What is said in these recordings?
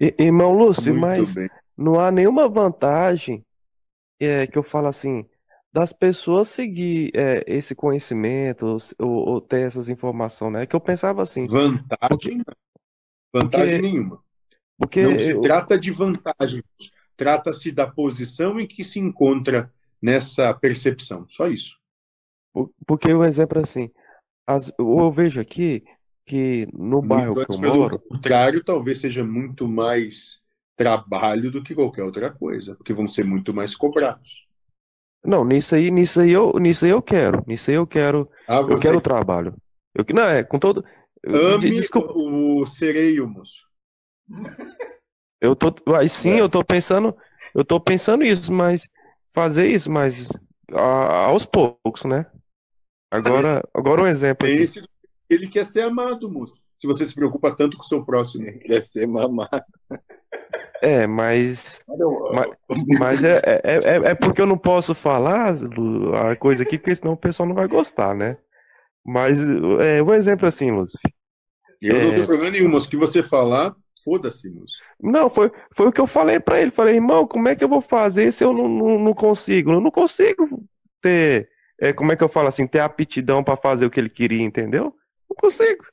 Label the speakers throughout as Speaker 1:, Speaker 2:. Speaker 1: I- Irmão Lúcio,
Speaker 2: Muito
Speaker 1: mas
Speaker 2: bem.
Speaker 1: não há nenhuma vantagem é, que eu falo assim das pessoas seguir é, esse conhecimento ou, se- ou- ou ter essas informações, né? Que eu pensava assim, porque
Speaker 2: Vantagem, vantagem
Speaker 1: porque
Speaker 2: nenhuma.
Speaker 1: porque
Speaker 2: Não se
Speaker 1: eu-
Speaker 2: trata de vantagem, trata-se da posição em que se encontra nessa percepção. Só isso.
Speaker 1: por- porque o exemplo é assim, as- eu vejo aqui que no bairro
Speaker 2: Muito
Speaker 1: que eu
Speaker 2: antes, pelo
Speaker 1: moro,
Speaker 2: contrário, talvez seja muito mais trabalho do que qualquer outra coisa, porque vão ser muito mais cobrados.
Speaker 1: não, nisso aí, nisso aí eu, nisso aí eu quero, nisso aí eu quero,
Speaker 2: Ah,
Speaker 1: eu quero
Speaker 2: você
Speaker 1: trabalho. Eu que- não é, com todo, de-
Speaker 2: ame
Speaker 1: desculpa.
Speaker 2: o, o sereio, moço.
Speaker 1: Eu tô, aí sim,
Speaker 2: É.
Speaker 1: eu tô pensando, eu tô pensando isso, mas fazer isso, mas a- aos poucos, né? Agora, agora um exemplo aqui.
Speaker 2: Pense, ele quer ser amado, moço. Se você se preocupa tanto com o seu próximo.
Speaker 3: Ele quer ser mamado.
Speaker 1: É, mas,
Speaker 3: Olha,
Speaker 1: ma-
Speaker 3: eu-
Speaker 1: mas, é, é, é, é porque eu não posso falar Lu, a coisa aqui, porque senão o pessoal não vai gostar, né? Mas é um exemplo assim, Lúcio.
Speaker 2: Eu
Speaker 1: É.
Speaker 2: não tenho problema nenhum, moço. O que você falar, foda-se, moço.
Speaker 1: Não, foi, foi o que eu falei pra ele. Falei, irmão, como é que eu vou fazer se eu não, não, não consigo? Eu não consigo ter, é, como é que eu falo assim, ter aptidão pra fazer o que ele queria, entendeu? Não consigo.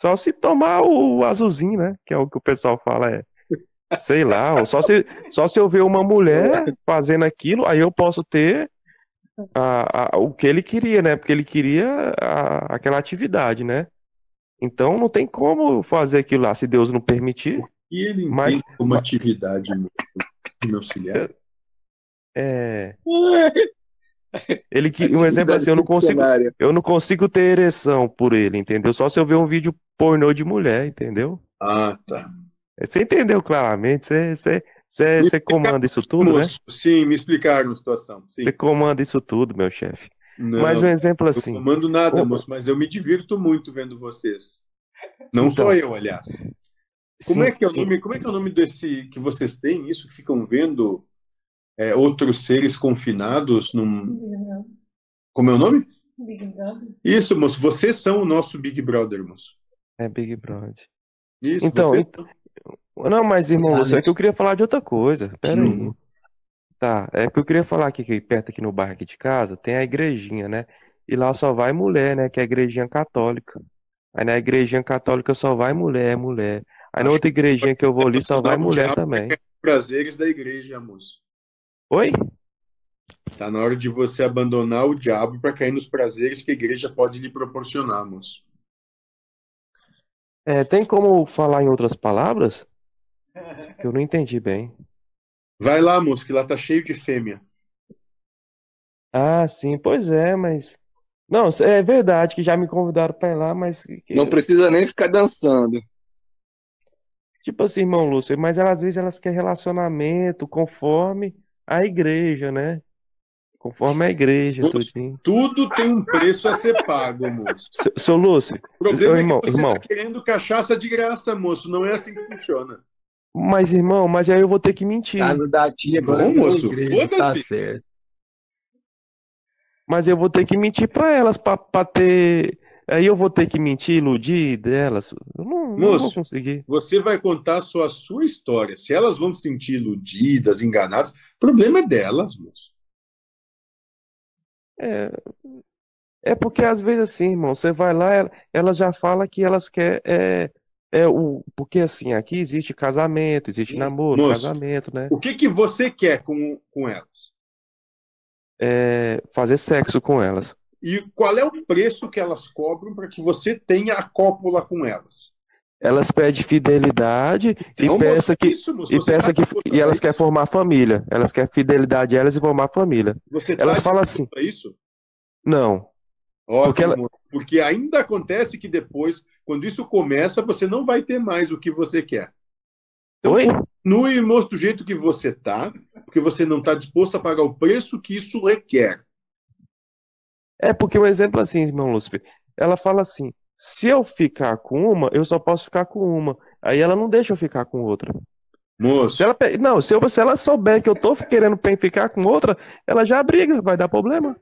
Speaker 1: Só se tomar o azulzinho, né? Que é o que o pessoal fala, é, sei lá, ou só se, só se eu ver uma mulher fazendo aquilo, aí eu posso ter a, a- o que ele queria, né? Porque ele queria a- aquela atividade, né? Então não tem como fazer aquilo lá, se Deus não permitir.
Speaker 2: E ele
Speaker 1: Mas,
Speaker 2: entende como atividade, moço, me auxiliar.
Speaker 1: Cê- É,
Speaker 3: É,
Speaker 1: ele que, um exemplo
Speaker 3: Atividade
Speaker 1: assim, eu não consigo,
Speaker 3: ficcionária.
Speaker 1: eu não consigo ter ereção por ele, entendeu? Só se eu ver um vídeo pornô de mulher, entendeu?
Speaker 2: Ah, tá.
Speaker 1: É, Você entendeu claramente, você, você, você,
Speaker 2: Me
Speaker 1: você
Speaker 2: explicaram,
Speaker 1: comanda isso tudo, né?
Speaker 2: moço. Sim, me explicaram a situação.
Speaker 1: Você
Speaker 2: Sim.
Speaker 1: comanda isso tudo, meu chefe. Mas um
Speaker 2: Não,
Speaker 1: exemplo
Speaker 2: eu não
Speaker 1: assim,
Speaker 2: mando nada,
Speaker 1: o-
Speaker 2: moço, mas eu me divirto muito vendo vocês. Não só
Speaker 1: então,
Speaker 2: eu, aliás. Como é
Speaker 1: sim,
Speaker 2: que é o
Speaker 1: sim,
Speaker 2: nome, como é que é o nome desse que vocês têm, isso que ficam vendo é, outros seres confinados num. Como é o nome? Isso, moço, vocês são o nosso Big Brother, moço.
Speaker 1: é Big Brother.
Speaker 2: Isso,
Speaker 1: Então,
Speaker 2: vocês
Speaker 1: ent- não, mas irmão
Speaker 2: Ah,
Speaker 1: Lúcio, é que eu
Speaker 2: nesse
Speaker 1: queria falar de outra coisa, pera aí.
Speaker 2: novo.
Speaker 1: Tá, é porque eu queria falar aqui que perto aqui no bairro aqui de casa tem a igrejinha, né? E lá só vai mulher, né? Que é a igrejinha católica. Aí na igrejinha católica só vai mulher, é mulher. Aí na
Speaker 2: Acho
Speaker 1: outra igrejinha que eu vou ali
Speaker 2: que
Speaker 1: só
Speaker 2: dá
Speaker 1: vai
Speaker 2: o
Speaker 1: mulher
Speaker 2: diabo
Speaker 1: também.
Speaker 2: prazeres da igreja, moço.
Speaker 1: Oi?
Speaker 2: Tá na hora de você abandonar o diabo para cair nos prazeres que a igreja pode lhe proporcionar, moço.
Speaker 1: É, tem como falar em outras palavras? Que eu não entendi bem.
Speaker 2: Vai lá, moço, que lá tá cheio de fêmea.
Speaker 1: Ah, sim, pois é, mas. Não, é verdade que já me convidaram pra ir lá, mas que-
Speaker 3: Não
Speaker 1: que-
Speaker 3: precisa nem ficar dançando.
Speaker 1: Tipo assim, irmão Lúcio, mas elas, às vezes elas querem relacionamento conforme a igreja, né? Conforme a igreja,
Speaker 2: Moço,
Speaker 1: tudinho.
Speaker 2: tudo tem um preço a ser pago, moço.
Speaker 1: Seu, seu Lúcio,
Speaker 2: O
Speaker 1: cê- ô,
Speaker 2: problema é que
Speaker 1: irmão,
Speaker 2: você tá
Speaker 1: irmão,
Speaker 2: querendo cachaça de graça, moço. Não é assim que funciona.
Speaker 1: mas irmão, mas aí eu vou ter que mentir.
Speaker 4: Casa da tia agora
Speaker 2: Não,
Speaker 4: virou
Speaker 2: moço,
Speaker 4: igreja, tá
Speaker 2: foda-se.
Speaker 4: certo.
Speaker 1: Mas eu vou ter que mentir pra elas pra, pra ter. Aí eu vou ter que mentir, iludir delas. Eu não, não vou
Speaker 2: Moço,
Speaker 1: conseguir.
Speaker 2: você vai contar só a sua história. Se elas vão se sentir iludidas, enganadas, o problema é delas, moço.
Speaker 1: É, é porque às vezes assim, irmão, você vai lá, ela, ela já fala que elas querem. É, é o, porque assim, aqui existe casamento, existe namoro,
Speaker 2: Moço,
Speaker 1: casamento, né?
Speaker 2: o que que você quer com, com elas?
Speaker 1: É, fazer sexo com elas.
Speaker 2: E qual é o preço que elas cobram para que você tenha a cópula com elas?
Speaker 1: Elas pedem fidelidade e
Speaker 2: Então, moço,
Speaker 1: peça
Speaker 2: é
Speaker 1: que
Speaker 2: isso, moço.
Speaker 1: e
Speaker 2: Você está
Speaker 1: peça que
Speaker 2: disposto
Speaker 1: e
Speaker 2: a
Speaker 1: elas querem
Speaker 2: isso?
Speaker 1: formar família. Elas querem fidelidade a elas e formar família.
Speaker 2: Você está
Speaker 1: Elas falam
Speaker 2: disposto
Speaker 1: assim:
Speaker 2: a isso?
Speaker 1: "Não, porque
Speaker 2: Ótimo,
Speaker 1: ela
Speaker 2: moço. Porque ainda acontece que depois, quando isso começa, você não vai ter mais o que você quer. Então,
Speaker 1: Oi?
Speaker 2: continue, moço, do jeito que você tá, porque você não está disposto a pagar o preço que isso requer.
Speaker 1: É porque um exemplo assim, irmão Lúcifer, ela fala assim: "Se eu ficar com uma, eu só posso ficar com uma". Aí ela não deixa eu ficar com outra. Se
Speaker 2: Moço,
Speaker 1: ela pe- não, se eu- se ela souber que eu tô querendo pe- ficar com outra, ela já briga, vai dar problema.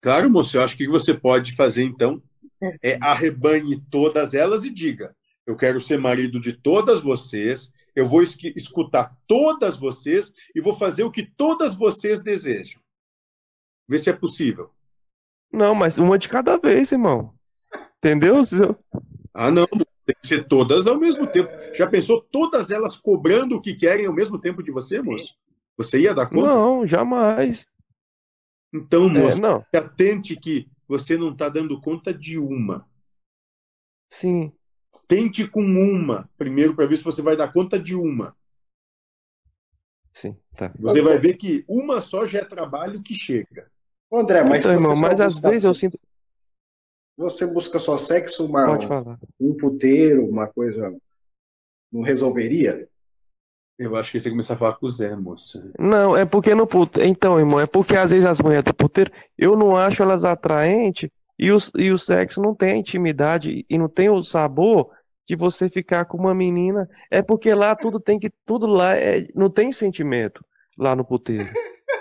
Speaker 2: claro, moço, eu acho que o que você pode fazer, então, é arrebanhe todas é elas e diga. Eu quero ser marido de todas vocês, eu vou es escutar todas vocês e vou fazer o que todas vocês desejam. Vê se é possível.
Speaker 1: Não, mas uma de cada vez, irmão. Entendeu?
Speaker 2: Ah, não. Tem que ser todas ao mesmo tempo. Já pensou todas elas cobrando o que querem ao mesmo tempo de você, moço? Você ia dar conta?
Speaker 1: Não, jamais.
Speaker 2: Então, moço,
Speaker 1: É, não.
Speaker 2: se atente que você não está dando conta de uma.
Speaker 1: Sim.
Speaker 2: Tente com uma primeiro para ver se você vai dar conta de uma.
Speaker 1: Sim, tá.
Speaker 2: Você vai ver que uma só já é trabalho que chega.
Speaker 4: Ô, André, É, mas
Speaker 1: então,
Speaker 4: se você
Speaker 1: irmão,
Speaker 4: só
Speaker 1: mas às
Speaker 4: busca
Speaker 1: vezes eu
Speaker 4: sexo,
Speaker 1: sinto.
Speaker 4: Você busca só sexo, uma,
Speaker 1: Pode falar.
Speaker 4: um puteiro, uma coisa. Não resolveria?
Speaker 2: Eu acho que você começar a falar com o Zé, moça.
Speaker 1: Não, é porque no pute... Então, irmão, é porque às vezes as mulheres do puteiro, eu não acho elas atraentes e, os... e o sexo não tem a intimidade e não tem o sabor de você ficar com uma menina. É porque lá tudo tem que. Tudo lá é... não tem sentimento lá no puteiro.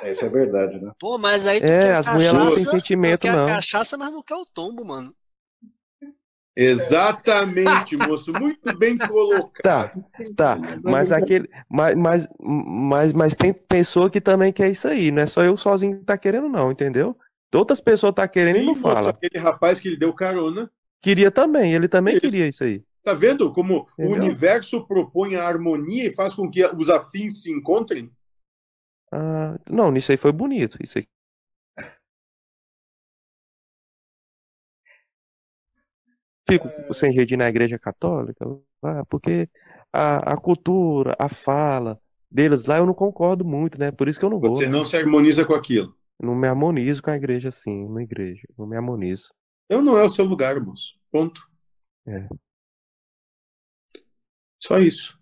Speaker 4: Essa é verdade, né?
Speaker 5: Pô, mas aí tu
Speaker 1: É,
Speaker 5: quer
Speaker 1: as mulheres
Speaker 2: lá não
Speaker 5: cachaça,
Speaker 1: têm sentimento,
Speaker 5: tu quer a
Speaker 1: não.
Speaker 5: cachaça, mas não quer o tombo, mano.
Speaker 2: Exatamente, moço. Muito bem colocado.
Speaker 1: Tá, tá. Mas aquele. Mas, mas, mas, mas tem pessoa que também quer isso aí. Não é só eu sozinho que tá querendo, não, entendeu? Outras pessoas tá querendo e não
Speaker 2: Sim, moço,
Speaker 1: fala.
Speaker 2: Aquele rapaz que lhe deu carona.
Speaker 1: Queria também, ele também
Speaker 2: Isso.
Speaker 1: queria isso aí.
Speaker 2: Tá vendo como o
Speaker 1: Entendeu?
Speaker 2: universo propõe a harmonia e faz com que os afins se encontrem?
Speaker 1: Ah, não, nisso aí foi bonito. Isso aí. Fico
Speaker 2: É.
Speaker 1: sem rede na igreja católica, lá, porque a, a cultura, a fala deles lá eu não concordo muito, né? Por isso que eu não vou,
Speaker 2: Você
Speaker 1: né?
Speaker 2: não se harmoniza com aquilo.
Speaker 1: Não me harmonizo com a igreja assim, na igreja. Não me harmonizo.
Speaker 2: Então não é o seu lugar, moço. Ponto.
Speaker 1: É.
Speaker 2: Só isso.